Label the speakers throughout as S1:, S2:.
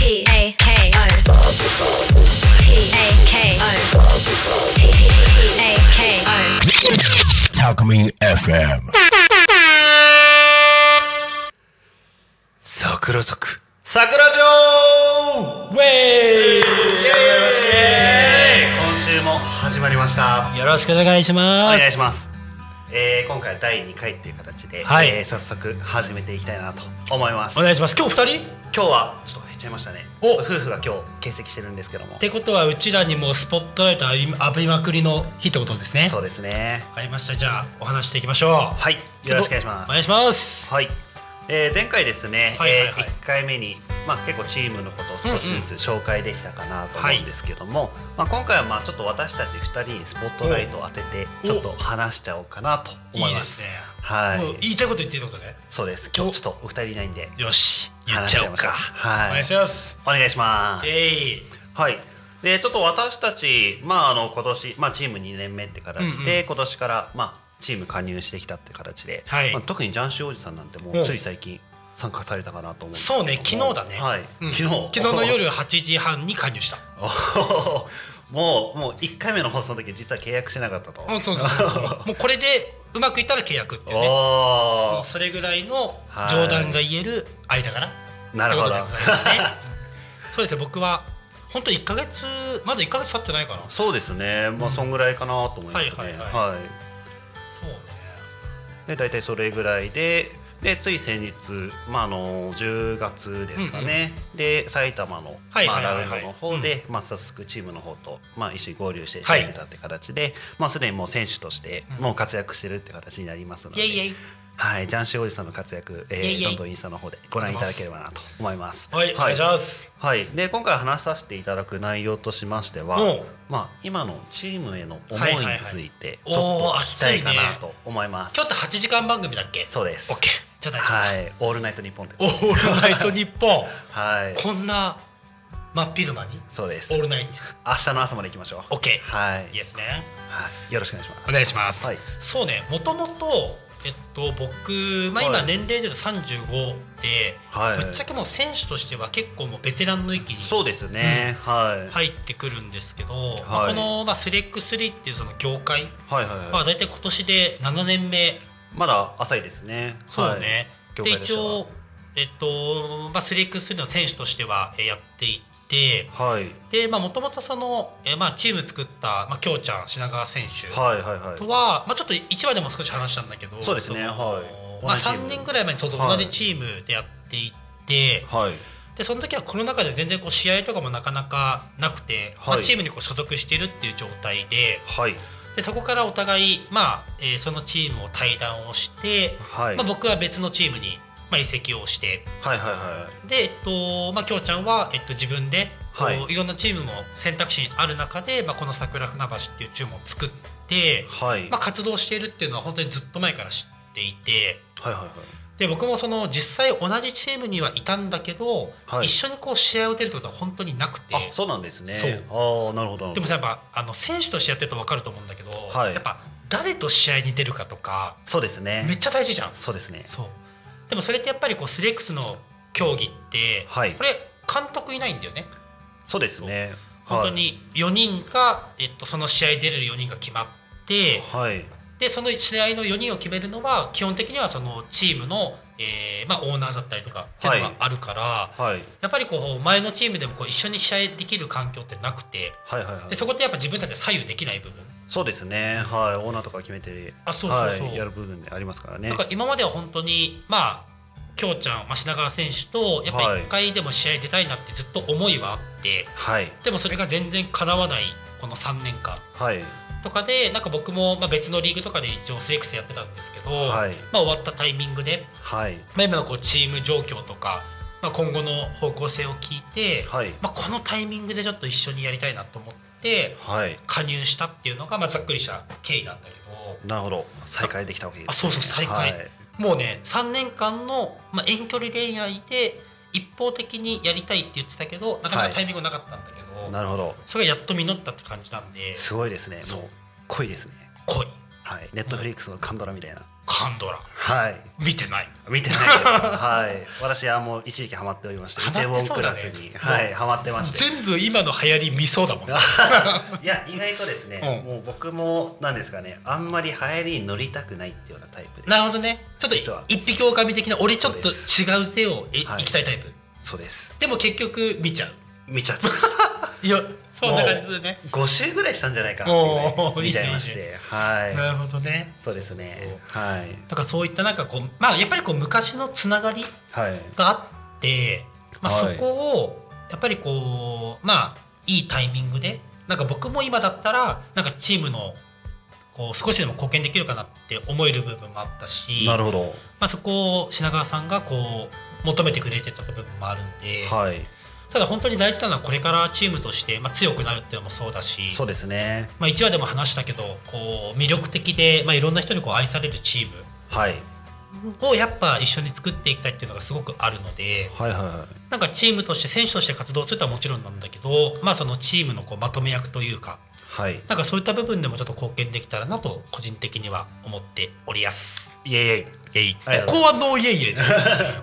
S1: P-A-K-O. P-A-K-O. P-A-K-O.
S2: Talk Me FM
S3: 桜族桜城ウェイ今週も始まりました
S4: よろしくお願いし
S3: お
S4: ます。
S3: 願いします、えー、今回第2回っていう形で、
S4: はい
S3: えー早速始めていきたいなと思います
S4: お
S3: 今
S4: 願いします。今日二人っ
S3: 日はちょっと減っちゃいましたね
S4: お
S3: 夫婦が今日欠席してるんですけども
S4: てことはうちらにもスポットライト浴び浴びまくりの日ってことですね。
S3: そうですね
S4: わかりました。じゃあお話していきましょう。
S3: はいよろしくお願いします
S4: お願いします。
S3: はい、えー前回ですね、
S4: はいはいはい
S3: え1回目に、まあ、結構チームのことを少しずつ紹介できたかなと思うんですけども、まあ、今回はまあちょっと私たち2人にスポットライトを当てて
S4: お
S3: ちょっと話しちゃおうかなと
S4: い
S3: 思
S4: い
S3: い
S4: で
S3: ますす
S4: ね。
S3: はい
S4: もう言いたいこと言っていいってことね。
S3: そうです今日ちょっとお二人いないんで
S4: よし、言っちゃおうか。
S3: 話しちゃいましょうはい
S4: お願いします。
S3: お願いします
S4: えい。
S3: はいでちょっと私たち、まあ、あの今年、まあ、チーム2年目って形で、
S4: うん
S3: 今年から、まあ、チーム加入してきたって形で、
S4: はい
S3: まあ、特にジャンシュおじさんなんても
S4: うん
S3: うつい最近参加されたかなと思うんですけど
S4: そう
S3: も
S4: ね、昨日だね。
S3: はい
S4: うん
S3: 昨日
S4: 昨日の夜8時半に加入した。
S3: おー もうもう1回目の放送の時実は契約してなかったと。
S4: うん、そうそうそう。もうこれでうまくいったら契約っていうね。も
S3: お
S4: うそれぐらいの冗談が言える間かな。
S3: ーなるほど
S4: ということでございますねそうですね僕は本当一ヶ月まだ一ヶ月経ってないかなそ
S3: そうですねまあそんぐらいかなと思いますね、
S4: はいはいはいうね
S3: で大体それぐらいででつい先日、まあ、あの10月ですかね、で埼玉の、
S4: はい
S3: まあ、
S4: はいはい
S3: ラウ
S4: はい
S3: ンドの方で、まあ、早速チームの方と、まあ、一緒に合流して試合に出たって形で、まあ、すでにもう選手として
S4: うん
S3: もう活躍してるって形になりますの
S4: イ
S3: で、
S4: エイイエイ
S3: はい、ジャンシーおじさんの活躍、えー
S4: イエイイエイ
S3: どんどんインスタの方でご覧いただければなと思います。
S4: はいお願いします
S3: はい、で今回話させていただく内容としましては
S4: おう、
S3: まあ、今のチームへの思
S4: はい
S3: に
S4: いはいはい
S3: ついて
S4: お
S3: ちょっ
S4: ー
S3: と聞きたいかなと思います。
S4: 今日って8時間番組だっけ
S3: そうです
S4: オッケーじゃあ大丈夫だ、
S3: はい、オールナイトニッポンで
S4: オールナイト日本
S3: はい、
S4: こんな真っ昼間に
S3: そうです。
S4: オー
S3: 明
S4: ルナイト
S3: 日の朝まで行きましょう。
S4: オッケー
S3: はい、
S4: イエスね
S3: はい、よろしくお願いします。
S4: お願いします、
S3: はい
S4: そうねもともとえっと僕まあ
S3: は
S4: 今
S3: い
S4: 年齢で言うと35で、
S3: はい
S4: ぶっちゃけもう選手としては結構もうベテランの域に
S3: そうですね、はい、
S4: 入ってくるんですけど、まあこの、まあ、3x3 っていうその業界
S3: はい、はい、
S4: まあ
S3: はい、
S4: 大体今年で7年目
S3: まだ浅いですね。
S4: そうね、
S3: はい
S4: で
S3: 業界
S4: 一
S3: した
S4: 応、えっとまあ、3x3 の選手としてはえーやっていって
S3: はい、
S4: でもともとその、えーまあ、チーム作った、まあ、きょうちゃん品川選手
S3: はい、はい、はい
S4: と。は、まあ、ちょっと1話でも少し話したんだけど
S3: そうですね
S4: の
S3: はい
S4: まあ、
S3: 同じチーム
S4: 3年ぐらい前にそうそう
S3: はい
S4: 同じチームでやっていって、
S3: はい、
S4: でその時はコロナ禍で全然こう試合とかもなかなかなくて、
S3: はい
S4: まあ、チームにこう所属しているっていう状態で
S3: はい、
S4: でそこからお互い、まあえーそのチームを退団をして、
S3: はい、
S4: まあ、僕は別のチームに、まあ、移籍をして
S3: はい、はい、はい。
S4: で、えっとまあ、きょうちゃんは、えっと、自分で、
S3: はい
S4: こういろんなチームも選択肢にある中で、まあ、この桜船橋っていうチームを作って、
S3: はい、
S4: まあ、活動しているっていうのは本当にずっと前から知っていて。
S3: はいはいはい
S4: で僕もその実際同じチームにはいたんだけど、
S3: はい
S4: 一緒にこう試合を出るってことは本当になくて
S3: あそうなんですね
S4: そう
S3: ああなるほどなるほど
S4: でもさやっぱあの選手としてやってると分かると思うんだけど、
S3: はい
S4: やっぱ誰と試合に出るかとか
S3: そうですね
S4: めっちゃ大事じゃん。
S3: そうですね
S4: そうでもそれってやっぱりこうスレックスの競技って、
S3: はい
S4: これ監督いないんだよね。
S3: そうですね
S4: 本当に4人が、えっと、その試合に出れる4人が決まって
S3: はい、はい、
S4: でその試合の4人を決めるのは基本的にはそのチームの、えーまあ、オーナーだったりとかっていうのがあるから。
S3: はい
S4: やっぱりこう前のチームでもこう一緒に試合できる環境ってなくて
S3: はいはいはい
S4: でそこってやっぱ自分たちで左右できない部分
S3: そうですねはいオーナーとか決めて
S4: あそうそうそう
S3: はい、やる部分でありますからね
S4: だから今までは本当にまあ京ちゃんまあ品川選手とやっぱ
S3: はい
S4: 1回でも試合出たいなってずっと思いはあって
S3: はい
S4: でもそれが全然叶わないこの3年間
S3: はい
S4: とかでなんか僕もまあ別のリーグとかで一応スレックスやってたんですけど、
S3: はい
S4: まあ、終わったタイミングで、
S3: はい
S4: まあ、今のこうチーム状況とか、まあ、今後の方向性を聞いて、
S3: はい
S4: まあ、このタイミングでちょっと一緒にやりたいなと思って。
S3: はい
S4: 加入したっていうのが、まあ、ざっくりした経緯なんだけど
S3: なるほど再開できたわけで
S4: あ
S3: す
S4: そうそう再開、
S3: はい
S4: もうね3年間の、まあ、遠距離恋愛で一方的にやりたいって言ってたけどなかなかタイミングなかったんだけど、
S3: なるほど
S4: それがやっと実ったって感じなんです
S3: ごいですね
S4: そう
S3: もう濃いですね
S4: 恋
S3: はいネットフリックスのカンドラみたいな
S4: カンドラ
S3: はい
S4: 見てない
S3: 見てないですはい私はもう一時期ハマっておりまして
S4: ハ
S3: イ
S4: マ
S3: テウォ
S4: って
S3: ン
S4: そう
S3: ク
S4: だ
S3: ラ
S4: ね
S3: スにはいハマってまして
S4: 全部今の流行り見そうだもんね
S3: いや意外とですね、もう僕もなんですかねあんまり流行りに乗りたくないっていうようなタイプで
S4: なるほどねちょっと
S3: 実は
S4: 一匹狼的な俺ちょっ
S3: そ
S4: と
S3: うです
S4: 違う背をえ
S3: はい
S4: 行きたいタイプ
S3: そうです
S4: でも結局見ちゃう
S3: 見ちゃってました
S4: いやそんな感じするね
S3: 5週ぐらいしたんじゃないかなっていうぐ
S4: おー
S3: らい見ちゃいまして
S4: いいねな
S3: は
S4: るほどね
S3: いそうです
S4: そう
S3: ねはい
S4: だからそういったなんかこうまあやっぱりこう昔のつながり
S3: はい
S4: があって、まあ、そ
S3: はい
S4: こをやっぱりこうまあいいタイミングでなんか僕も今だったらなんかチームのこう少しでも貢献できるかなって思える部分もあったし
S3: なるほど
S4: まあ、そこを品川さんがこう求めてくれてた部分もあるんで、
S3: はい
S4: ただ本当に大事なのはこれからチームとして、まあ、強くなるっていうのもそうだし
S3: そうですね
S4: まあ、1話でも話したけどこう魅力的で、まあ、いろんな人にこう愛されるチーム
S3: はい
S4: をやっぱ一緒に作っていきたいっていうのがすごくあるので
S3: はいはいは
S4: なんかチームとして選手として活動するとはもちろんなんだけど、まあ、そのチームのこうまとめ役というか
S3: いはい
S4: なんかそういった部分でもちょっと貢献できたらなと個人的には思っておりやす。
S3: いえいえ
S4: イエイこ
S3: ありがとう
S4: こはノーイエイエイだ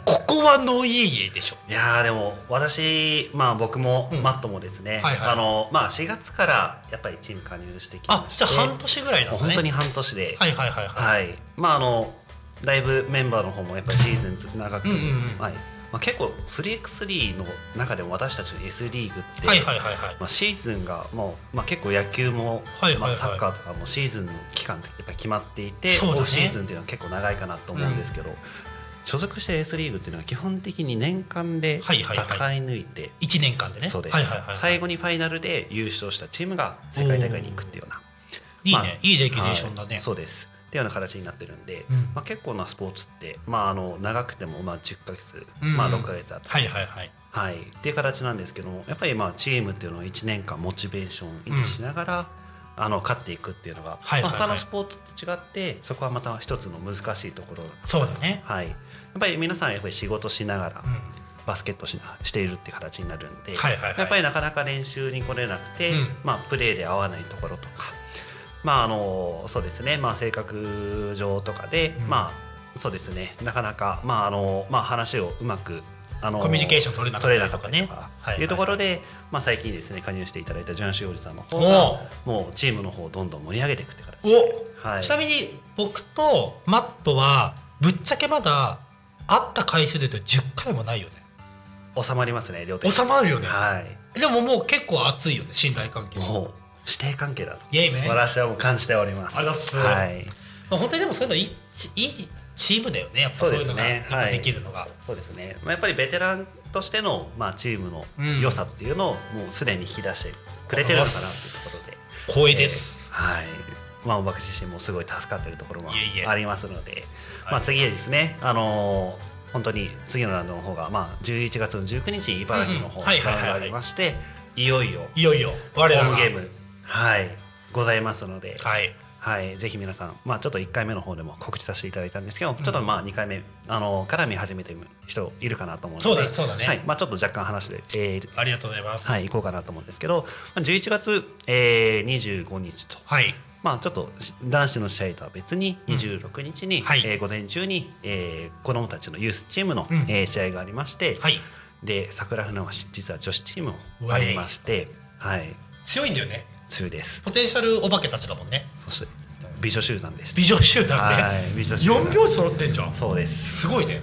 S4: ここはノーイエイエイでしょ。
S3: いやーでも私まあ僕も
S4: うん
S3: マットもですね、
S4: はいはい
S3: あのまあ4月からやっぱりチーム加入してき
S4: あ
S3: まして
S4: じゃあ半年ぐらいなん
S3: もう
S4: だね。
S3: 本当に半年で、
S4: はいはいはいはい。
S3: はい、まああのだいぶメンバーの方もやっぱりシーズン長く、
S4: うんうんうん
S3: はいまあ、結構 3x3 の中でも私たちの S リーグって、
S4: はいはいはいはい。
S3: まあ、シーズンがもう、まあ、結構野球も、
S4: はいはいはい
S3: まあ、サッカーとかもシーズンの期間ってやっぱり決まっていて、
S4: そうだね
S3: オフシーズンっていうのは結構長いかなと思うんですけど、所属してる S リーグっていうのは基本的に年間で
S4: はい
S3: 戦い
S4: はいはい
S3: 抜いて、
S4: 一年間でね。
S3: そうです、
S4: はいはいはいはい。
S3: 最後にファイナルで優勝したチームが世界大会に行くっていうようない
S4: いね、
S3: まあ
S4: いいレギュレーションだね。
S3: はいそうですっていうような形になってるんで、
S4: うん
S3: まあ、結構なスポーツって、まあ、あの長くてもまあ10ヶ月、
S4: うん
S3: まあ、6ヶ月あったり、
S4: はいはいはい。
S3: はい、っていう形なんですけどもやっぱりまあチームっていうのを1年間モチベーションを維持しながら、あの勝っていくっていうのが、
S4: はいはいはい
S3: まあ他のスポーツと違ってそこはまた一つの難しいところだ
S4: そうだね。
S3: はい、やっぱり皆さんやっぱり仕事しながら
S4: うん。
S3: バスケットしなしているっていう形になるんで、
S4: はいはいはい
S3: やっぱりなかなか練習に来れなくて、
S4: うん
S3: まあ、プレーで合わないところとか、まああのそうですねまあ、性格上とかで、
S4: うん
S3: まあ、そうですねなかなか、まああのまあ、話をうまくあの
S4: コミュニケーション取れなかったりとかね
S3: 取れなかったりとか
S4: はいはい
S3: いうところで、まあ、最近ですね加入していただいたジュンシオリさんの方
S4: お
S3: がもうチームの方をどんどん盛り上げていくって形で、
S4: お。
S3: はい、
S4: ちなみに僕とマットはぶっちゃけまだ会った回数で言うと10回もないよね
S3: 収まりますね両手
S4: 収まるよね
S3: はい
S4: でももう結構熱いよね信頼関係
S3: もう師弟関係だと
S4: イエイメン、ま
S3: 私はもう感じております
S4: ありがとうございます
S3: はい
S4: あ、本当にでもそういうのいいチいいチームだよねやっぱ
S3: そ
S4: そうう
S3: で
S4: いう
S3: す
S4: のが
S3: ね
S4: やっぱ
S3: はい
S4: できるのが、
S3: そうですね、まあ、やっぱりベテランとしての、まあ、チームの
S4: うん
S3: 良さっていうのをもうすでに引き出してくれてるのかなっていうところで、
S4: 光栄です、
S3: えーはいまあ、僕自身もすごい助かってるところも
S4: いえいえ
S3: ありますので
S4: はい
S3: まあ、次はですね、あのー本当に次のラウンドの方が、まあ、11月の19日に茨城の方
S4: うんうん
S3: に
S4: はいはいはい
S3: ラウンドありましていよいよ
S4: いよいよ
S3: ホ
S4: 我ら
S3: ー
S4: が
S3: ムゲーム、はい、ございますので、
S4: はい
S3: はい、ぜひ皆さん、まあ、ちょっと1回目の方でも告知させていただいたんですけど、ちょっとまあ2回目あのから見始めてる人いるかなと思うので
S4: そうだそうだね、
S3: はいまあ、ちょっと若干話で、えー
S4: ありがとうございます
S3: はい、行こうかなと思うんですけどまあ11月、えー、25日と、
S4: はい
S3: まあ、ちょっとし男子の試合とは別に
S4: うん
S3: 26日に、
S4: はい
S3: えー午前中に、えー、子どもたちのユースチームの、
S4: うん
S3: えー試合がありまして、
S4: はい
S3: で桜船橋実は女子チームもありまして、はい、
S4: 強いんだよね
S3: 強いです
S4: ポテンシャルお化けたちだもんね
S3: そして美女集団です。
S4: 美女集団
S3: は
S4: ね
S3: い美女集団
S4: 4拍子揃ってんじゃん
S3: そうです
S4: すごいね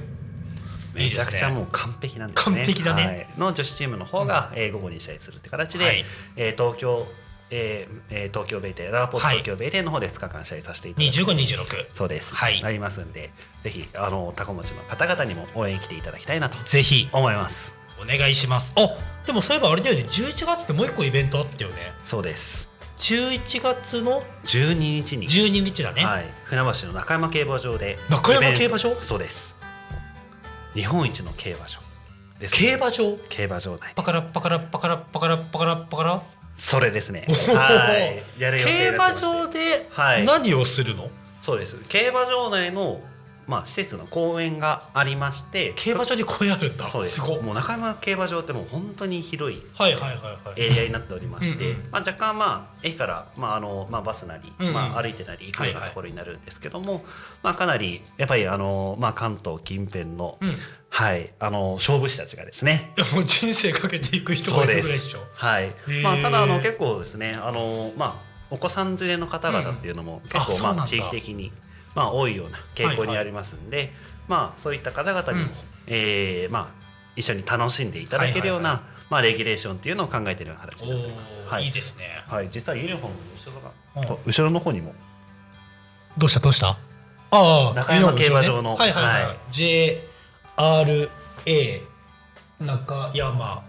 S3: めちゃくちゃ
S4: う
S3: もう完璧なんですね。
S4: 完璧だね
S3: はいの女子チームの方が、えー午後に試合するって形で、
S4: はい
S3: えー東京、えーえー東京ベイテララポート
S4: はい
S3: 東京ベイテの方で2日間試合させていただく。
S4: 2526
S3: そうです。
S4: はい
S3: なりますんで、ぜひあのタコ持ちの方々にも応援に来ていただきたいなと
S4: ぜひ
S3: 思います。
S4: お願いしますあでもそういえばあれだよね11月ってもう一個イベントあったよね
S3: そうです。
S4: 11月の
S3: 12日に、
S4: 12日だね、
S3: はい、船橋の中山競馬場で
S4: 中山
S3: イベント
S4: 競馬場
S3: そうです。日本一の競馬場です、
S4: 競馬場
S3: 競馬場内
S4: パカラッパカラッパカラッパカラッパカラッパカラ
S3: それですね。
S4: おー
S3: はい。やる予定
S4: 競
S3: になって
S4: 馬
S3: まして
S4: 場で
S3: はい
S4: 何をするの、
S3: そうです競馬場内のまあ、施設の公園がありまして
S4: 競馬場に声あるんだ
S3: そうです
S4: すごっ
S3: もう中山競馬場ってもう本当に広い
S4: はいはいはいはい
S3: エリアになっておりまして、
S4: うんうん
S3: まあ、若干まあ駅から、まああのまあ、バスなり、
S4: うんうん
S3: まあ、歩いてなり行くよう
S4: はい
S3: な
S4: はい
S3: ところになるんですけども、まあ、かなりやっぱりあの、まあ、関東近辺の、
S4: うんい
S3: はい、あの勝負師たちがですね
S4: やもう人生かけていく人がいるぐらいでしょ
S3: はい
S4: ー
S3: まあ、ただあの結構ですねあの、まあ、お子さん連れの方々っていうのも結
S4: あ
S3: 構、
S4: そうなん
S3: ま
S4: だ
S3: あ、地域的に、まあ、多いような傾向にありますんで、まあ、そういった方々にも、
S4: うん
S3: えーまあ、一緒に楽しんでいただけるような、
S4: はい
S3: まあ、レギュレーションっていうのを考えているような形
S4: お
S3: になっております。
S4: ー、
S3: はい
S4: い
S3: い
S4: ですね
S3: はい、実はユニフォームの後ろが
S4: うん
S3: 後ろの方にも
S4: どうしたどうしたああ
S3: 中山競馬場の
S4: はいはいはい、
S3: は
S4: JRA 中山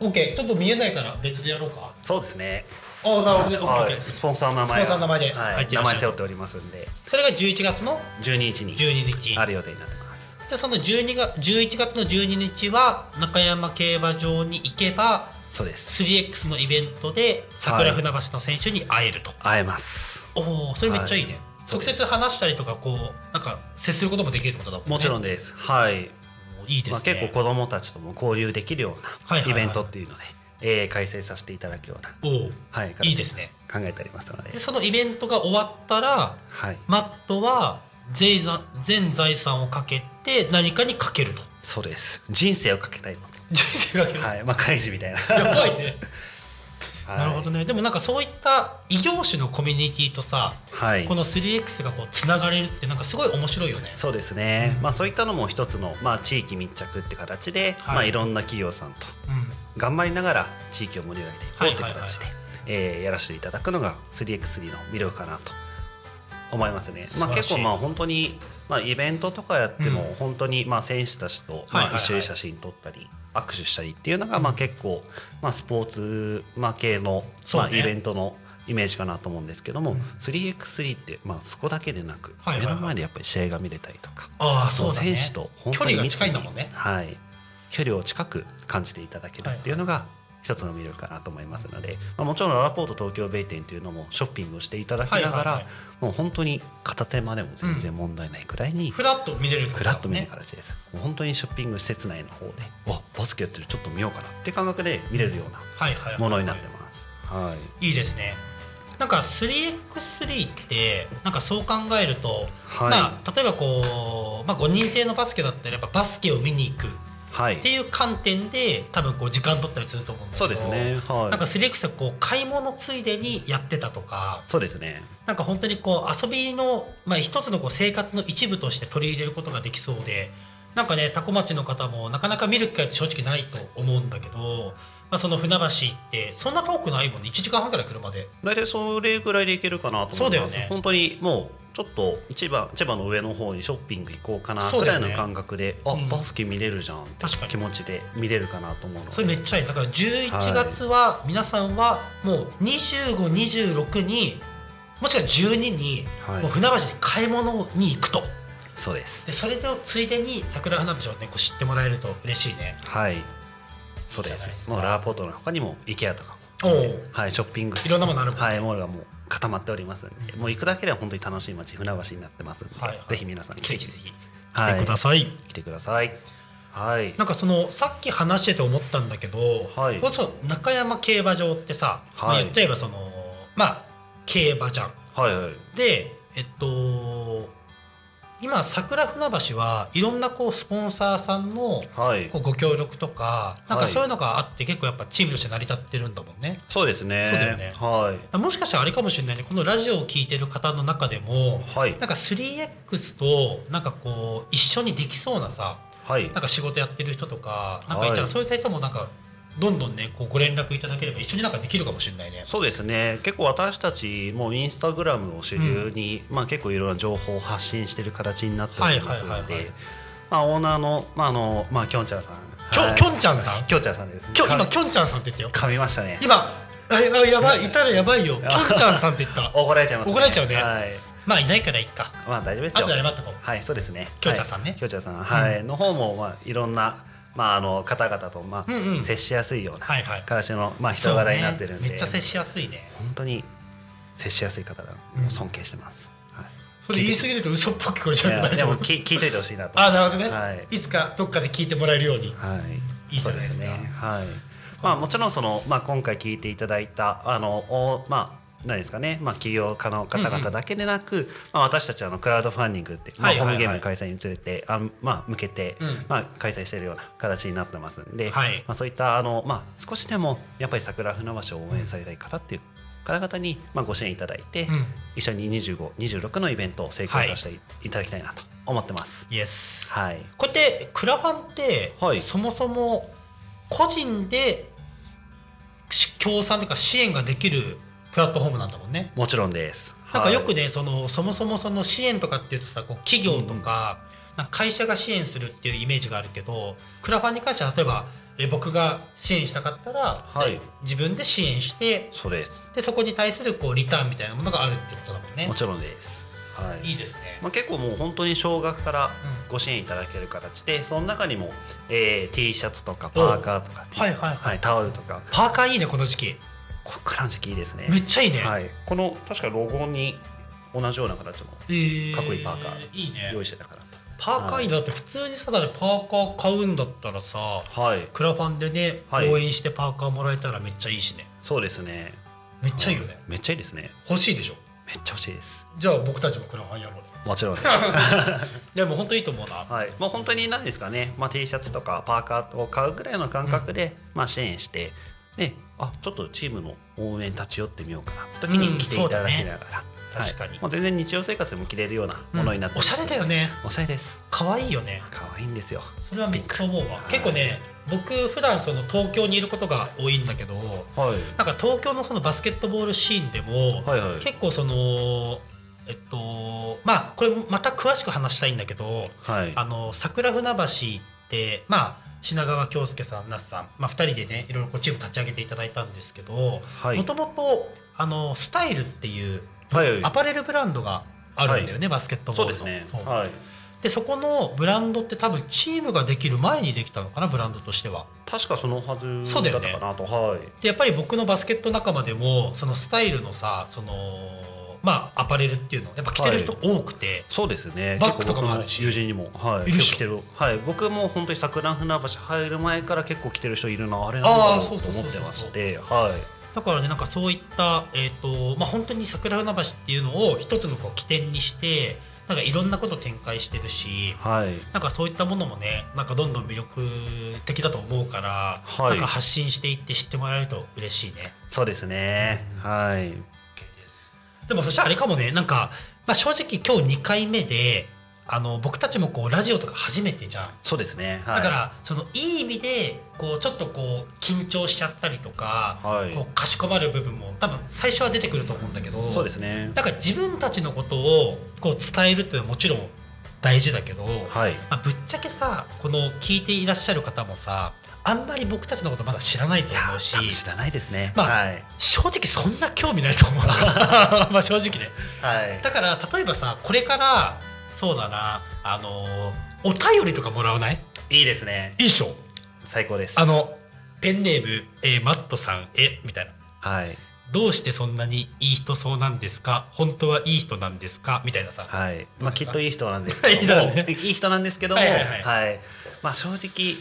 S4: OK ちょっと見えないから別でやろうか
S3: そうですね、
S4: ああなるほどね OK、
S3: は
S4: OK
S3: い、スポンサーの名前
S4: スポンサーの名前で
S3: はい
S4: 入ってら
S3: 名
S4: っし
S3: 前
S4: ゃる
S3: 背負っておりますんで
S4: それが11月の
S3: 12日に
S4: 12日
S3: ある予定になってます
S4: じゃあその12が11月の12日は中山競馬場に行けば
S3: そうです
S4: 3X のイベントで桜船橋の選手に会えると、
S3: 会えます
S4: おおそれめっちゃいいね、
S3: そう
S4: 直
S3: です
S4: 接話したりとかこうなんか接することもできるってことだもんね
S3: もちろん
S4: ん
S3: ですはい
S4: いいですね、
S3: まあ、結構子どもたちとも交流できるよう
S4: はいはい
S3: な
S4: はい
S3: イベントっていうので、えー開催させていただくような、
S4: お
S3: はい、
S4: おいいですね
S3: 考えておりますので
S4: で、そのイベントが終わったら
S3: はい、
S4: マットは全財全財産をかけて何かにかけると
S3: そうです人生をかけたいのと、
S4: 人生かける、
S3: はいまあ、開示みた いな、
S4: やばいね、
S3: はい
S4: なるほどねでもなんかそういった異業種のコミュニティとさ
S3: はい
S4: この 3X がこうつながれるってなんかすごい面白いよね
S3: そうですね、
S4: うん
S3: まあ、そういったのも一つの、まあ、地域密着って形で、
S4: はい
S3: いまあ、いろんな企業さんと
S4: うん
S3: 頑張りながら地域を盛り上げていこうという
S4: はいはいはい
S3: 形で、えーやらせていただくのが 3x3 の魅力かなと思いますね、まあ、
S4: 素晴らしい
S3: 結構まあ本当に、まあ、イベントとかやって
S4: うん
S3: も本当にまあ選手たちと
S4: はいはい
S3: ま
S4: は
S3: あ
S4: い
S3: 一緒に写真撮ったり握手したりっていうのがまあ結構まあスポーツまあ系の
S4: そう
S3: ま
S4: ね
S3: あイベントのイメージかなと思うんですけども
S4: うん
S3: 3x3 ってまあそこだけでなく
S4: はいは
S3: 目
S4: いはい
S3: の前でやっぱり試合が見れたりとか
S4: ああそうだね
S3: 選手と本
S4: 距
S3: 当に
S4: 離が
S3: 密
S4: 近いんだ
S3: に
S4: もんね
S3: はい、距離を近く感じていただけるっていうのが一つの魅力かなと思いますので、まあ、もちろんララポート東京ベイ店というのもショッピングをしていただきながら、
S4: はいはいはい
S3: もう本当に片手間でも全然問題ないくらいに、
S4: フラッと見れるってこ
S3: ふ
S4: とだ
S3: ら
S4: も
S3: っ
S4: ん
S3: と見る形です、もう本当にショッピング施設内の方でわバスケやってるちょっと見ようかなって感覚で見れるような
S4: はいはいはい
S3: ものになってます。はい
S4: いいですねなんか 3x3 ってなんかそう考えると、
S3: はい
S4: まあ、例えばこう、まあ、5人制のバスケだったらやっぱバスケを見に行くっ
S3: はい
S4: ていう観点で多分こう時間取ったりすると思うんだけ
S3: そ
S4: ど
S3: うですね、はい、
S4: なんか 3x はこう買い物ついでにやってたとか
S3: そうですね
S4: なんか本当にこう遊びの、まあ、一つのこう生活の一部として取り入れることができそうでなんかね多古町の方もなかなか見る機会って正直ないと思うんだけど、まあ、その船橋ってそんな遠くないもんね1時間半くらい車で。
S3: 大体それぐらいでいけるかなと思います
S4: そうだよね
S3: 本当にもうちょっと千葉千葉の上の方にショッピング行こうかな
S4: そう
S3: ぐ
S4: だ
S3: ら
S4: よ
S3: い
S4: ね
S3: の感覚で、あ、
S4: うん
S3: バスケ見れるじゃんって
S4: 確かに
S3: 気持ちで見れるかなと思うので
S4: それめっちゃいいだから11月は皆さんはもう2526にもしくは12に
S3: はい
S4: もう船橋で買い物に行くと
S3: そうです
S4: でそれをついでに桜船橋をねこう知ってもらえると嬉しいね
S3: はいそうで
S4: いいじゃないです
S3: す
S4: か
S3: もうラーポートの他にも IKEA とか
S4: お
S3: も
S4: う
S3: はいショッピング
S4: いろんなものあるもんね
S3: はいモールがもう固まっておりますんで、
S4: うん
S3: もう行くだけでは本当に楽しい街船橋になってますんで、
S4: はいはい
S3: ぜひ皆さん
S4: ぜひぜひ
S3: はい
S4: 来てください、
S3: 来てくださいはい
S4: なんかそのさっき話してて思ったんだけど、
S3: はい
S4: これそう中山競馬場ってさ、まあ、
S3: はい
S4: 言っちゃえばそのまあ競馬じゃん
S3: はいはい
S4: でえっと今桜船橋はいろんなこうスポンサーさんの
S3: はい
S4: こうご協力とかなん
S3: は
S4: か
S3: い
S4: そういうのがあって結構やっぱチームとして成り立ってるんだもんね。
S3: そうですね
S4: そうだよね
S3: は
S4: もしかしたらあれかもしれないねこのラジオを聞いてる方の中でも
S3: いはい
S4: なんか 3X となんかこう一緒にできそうなさ
S3: はい
S4: なんか仕事やってる人とかなんかいたら、
S3: はい
S4: そういう人もなんかどんどんねこうご連絡いただければ一緒になんかできるかもしれないね。
S3: そうですね結構私たちもインスタグラムを主流に、まあ、結構いろんな情報を発信してる形になっております
S4: はい
S3: の
S4: はいはいはい
S3: でまあオーナーの,、まああのまあ、きょんちゃんさん
S4: きょ
S3: はい
S4: きょんちゃんさん
S3: きょんちゃんさんです
S4: きょ今
S3: か
S4: きょんちゃんさんって言ったよ。
S3: 噛みましたね
S4: 今あやばいやばいいたらや ばいよ。きょんちゃんさんって言った。
S3: 怒られちゃいます、
S4: 怒られちゃうね
S3: はい
S4: まあいないからいっか。
S3: まあ大丈夫です
S4: あ
S3: よ
S4: とで謝っとこう。
S3: はいそうですね
S4: きょんちゃんさんね
S3: はいきょんちゃんさんはい、の方も、まあ、いろんな、まあ、あの方々と、まあ
S4: うんうん
S3: 接しやすいような
S4: はいはい。
S3: 形の、まあ、人柄になってるん
S4: そうね
S3: で、
S4: めっちゃ接しやすいね。
S3: 本当に接しやすい方だ、もう尊敬してます、はい
S4: それ言い過ぎると嘘っぽく聞こえちゃう
S3: いや
S4: 大
S3: で
S4: 丈
S3: も
S4: 夫
S3: 聞聞いといてほしいなと
S4: あなるほどね、
S3: はい
S4: い、つかどっかで聞いてもらえるように
S3: はい、
S4: いいじゃないですか
S3: そうはい。まあもちろんそのまあ今回聞いていただいたあのおまあ。何ですかね、まあ、起業家の方々だけでなく、まあ、私たちはあのクラウドファンディングって、まあ、
S4: はいは
S3: ホ
S4: い
S3: ー
S4: はい
S3: ムゲームの開催につれて、あまあ、向けて、
S4: うん
S3: まあ、開催しているような形になってますんで、
S4: はい
S3: まあ、そういったあの、まあ、少しでもやっぱり桜船橋を応援されたい方っていう方々に、まあ、ご支援いただいて、
S4: うん
S3: 一緒に2526のイベントを成功させていただきたいなと思ってます。
S4: イエス
S3: はい、
S4: こうやってクラファンって、
S3: はい
S4: そもそも個人でし協賛というか支援ができるプラットフォームなんだもんね。
S3: もちろんです。
S4: なんかよく
S3: はい
S4: ね、そのそもそもその支援とかっていうとさこう企業とか,、なんか会社が支援するっていうイメージがあるけどクラファンに関しては例えばえ僕が支援したかったら、
S3: はい
S4: じゃあ自分で支援して
S3: そうです。
S4: でそこに対するこうリターンみたいなものがあるっていうことだもんね
S3: も。ちろんです。はい。
S4: いいですね。
S3: まあ結構もう本当に少額から
S4: うん
S3: ご支援いただける形で、その中にも、えー、T シャツとかパーカーとか、
S4: はいはいはい
S3: タオルとか、
S4: パーカーいいねこの時期
S3: こっからの時期いいですね。
S4: めっちゃいいね。
S3: はい。この確かロゴに同じような形の
S4: えー
S3: かっこいいパーカー
S4: いいね。
S3: 用意してたから
S4: パーカーいいなだって普通にさだってパーカー買うんだったらさ
S3: と。はい。
S4: クラファンでね、
S3: はい
S4: 応援してパーカーもらえたらめっちゃいいしね
S3: そうですね。
S4: めっちゃいいよね、
S3: めっちゃいいですね。
S4: 欲しいでしょ
S3: めっちゃ欲しいです。
S4: じゃあ僕たちもクラファンやろうね
S3: もちろんです。
S4: でも本当いいと思うな、
S3: はい、まあ本当に何ですかね、まあ、T シャツとかパーカーを買うぐらいの感覚で、まあ、支援してであちょっとチームの応援立ち寄ってみようかなって時
S4: うん
S3: に来ていただきながら、
S4: そうだね
S3: はい
S4: 確かに
S3: もう全然日常生活でも着れるような
S4: うん
S3: ものになって、
S4: おしゃれだよね
S3: おしゃれです
S4: 可愛いよね
S3: 可愛いんですよ
S4: それはめっちゃ思うわ
S3: はい
S4: 結構ね僕普段その東京にいることが多いんだけど
S3: はい
S4: なんか東京のそのバスケットボールシーンでも、
S3: はいはい
S4: 結構そのえっとまあこれまた詳しく話したいんだけど
S3: はい
S4: あの桜船橋って、まあ、品川恭介さん那須さん、まあ、2人でねいろいろこうチーム立ち上げていただいたんですけど
S3: はい
S4: もともとあのスタイルっていう
S3: はい
S4: アパレルブランドがあるんだよね、バスケットボ
S3: そ
S4: ー
S3: う
S4: ル
S3: で
S4: の
S3: すね
S4: そう
S3: はい
S4: でそこのブランドって多分チームができる前にできたのかなブランドとしては。
S3: 確かそのはず
S4: そうだ
S3: だ
S4: よ
S3: った
S4: ね
S3: かなと、はい
S4: でやっぱり僕のバスケット仲間でもそのスタイルのさそのまあアパレルっていうのやっぱ着てる人多くて、
S3: そうですね
S4: バッグとかもあるし
S3: 結構僕の友人にも、はい、
S4: いるっしょ
S3: 結構着てる、はい、僕も本当に桜船橋入る前から結構着てる人いるなあれ
S4: あ
S3: な
S4: ー
S3: んだ
S4: そ
S3: ろ
S4: う
S3: う
S4: そ
S3: と
S4: うそ
S3: 思
S4: うそう
S3: ってましてはい
S4: だからねなんかそういった、えーとまあ、本当に桜船橋っていうのを一つのこう起点にしてなんかいろんなこと展開してるし
S3: はい
S4: なんかそういったものもねなんかどんどん魅力的だと思うから、
S3: はい
S4: なんか発信していって知ってもらえると嬉しいね。
S3: そうですね。はい。
S4: でもそしたらあれかもねなんか、まあ、正直今日2回目であの僕たちもこうラジオとか初めてじゃん。
S3: そうですね。はい、
S4: だから、そのいい意味でこうちょっとこう緊張しちゃったりとか、
S3: はい
S4: こうかしこまる部分も多分最初は出てくると思うんだけど
S3: そうですね。
S4: だから自分たちのことをこう伝えるっていうのはもちろん大事だけど、
S3: はい。
S4: まあ、ぶっちゃけさこの聞いていらっしゃる方もさあんまり僕たちのことまだ知らないと思うし
S3: 多分知らないですね。
S4: まあ
S3: はい。
S4: 正直そんな興味ないと思う まあ正直ね
S3: はい。
S4: だから例えばさこれからそうだなあのお便りとかもらわない
S3: いいですね。
S4: いいでしょ
S3: 最高です。
S4: あ、のペンネーム、えーマットさんへみたいな
S3: はい。
S4: どうしてそんなにいい人そうなんですか本当はいい人なんですかみたいなさ
S3: はい。まあ、きっといい人なんです
S4: いい
S3: け
S4: 人
S3: ど
S4: だ
S3: も、
S4: ね
S3: いい人なんですけども、
S4: は
S3: はいい
S4: はいはい
S3: まあ、正直、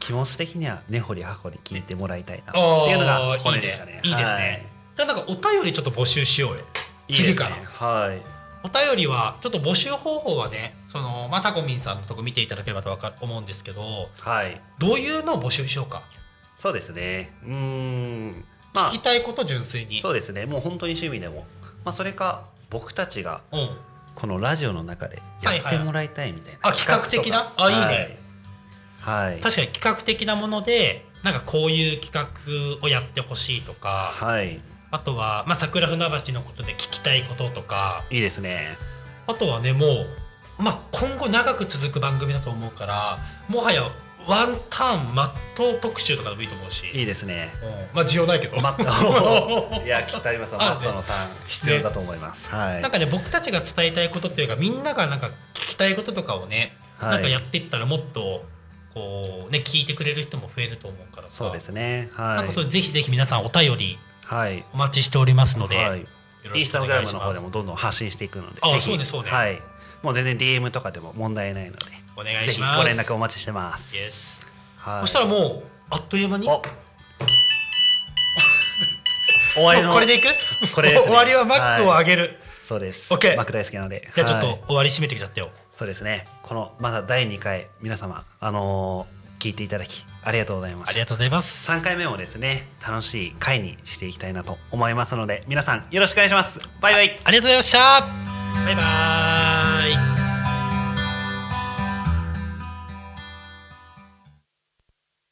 S3: 気持ち的には根掘り葉掘り聞いてもらいたいなって
S4: あ
S3: いうのが
S4: ーい
S3: 本
S4: い
S3: 音ですかね
S4: ね。いいですね、だからなんかお便りちょっと募集しようよ
S3: はい。いいですね
S4: 昼から
S3: はい。
S4: お便りはちょっと募集方法はねそのまあタコミンさんのとこ見ていただければとわかる思うんですけど
S3: はい。
S4: どういうのを募集しようか
S3: そうですね。うーん。まあ
S4: 聞き、たいこと純粋に
S3: そうですね。もう本当に趣味でも。まあ、それか、僕たちが
S4: うん
S3: このラジオの中でやってもらいたいみたいな、
S4: はいはいあ企画的な
S3: とか
S4: あいいね
S3: はい、はい、
S4: 確かに企画的なものでなんかこういう企画をやってほしいとか
S3: はい
S4: あとは、まあ、桜船橋のことで聞きたいこととか
S3: いいですね
S4: あとはねもう、まあ、今後長く続く番組だと思うからもはやワンターンまっとう特集とかでもいいと思うし
S3: いいです ね
S4: うんまあ需要ないけど、
S3: マ ットいやきっとありますよマ
S4: あ
S3: ットのターン必要だと思います、はい
S4: なんかね僕たちが伝えたいことっていうかみんながなんか聞きたいこととかをね、
S3: はい
S4: なんかやっていったらもっとこうね聞いてくれる人も増えると思うからさ
S3: そうですね
S4: なん
S3: は
S4: かそ
S3: い
S4: れぜひぜひ皆さんお便り
S3: はい
S4: お待ちしておりますので、
S3: はい
S4: よろ
S3: イン
S4: し
S3: ス
S4: く
S3: タ
S4: お
S3: グラ
S4: 願い
S3: ム
S4: し
S3: の方
S4: ま
S3: ですもどんどん発信していくので
S4: あ
S3: ぜひ
S4: そうねそうね
S3: はい、もう全然 DM とかでも問題ないので
S4: お願い
S3: ぜ
S4: し
S3: ひ
S4: ます
S3: ご連絡お待ちしてます、
S4: Yes
S3: はい、
S4: そしたらもうあっという間に
S3: お終わり
S4: も
S3: の
S4: うこれでいく
S3: これですね
S4: 終わりはマックを上げる、
S3: そうです。
S4: OK
S3: マック大好きなので。
S4: じゃあちょっ
S3: は
S4: と
S3: い
S4: 終わり締めてきちゃったよ、
S3: そうですね。このまだ第2回皆様あのー聞いていただきありがとうございま
S4: あ
S3: した。
S4: りがとうございます
S3: 3回目もですね楽しい回にしていきたいなと思いますので皆さんよろしくお願いします。バイバイ。
S4: ありがとうございましたバイバ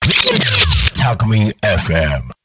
S4: ーイ
S2: Talk Me FM.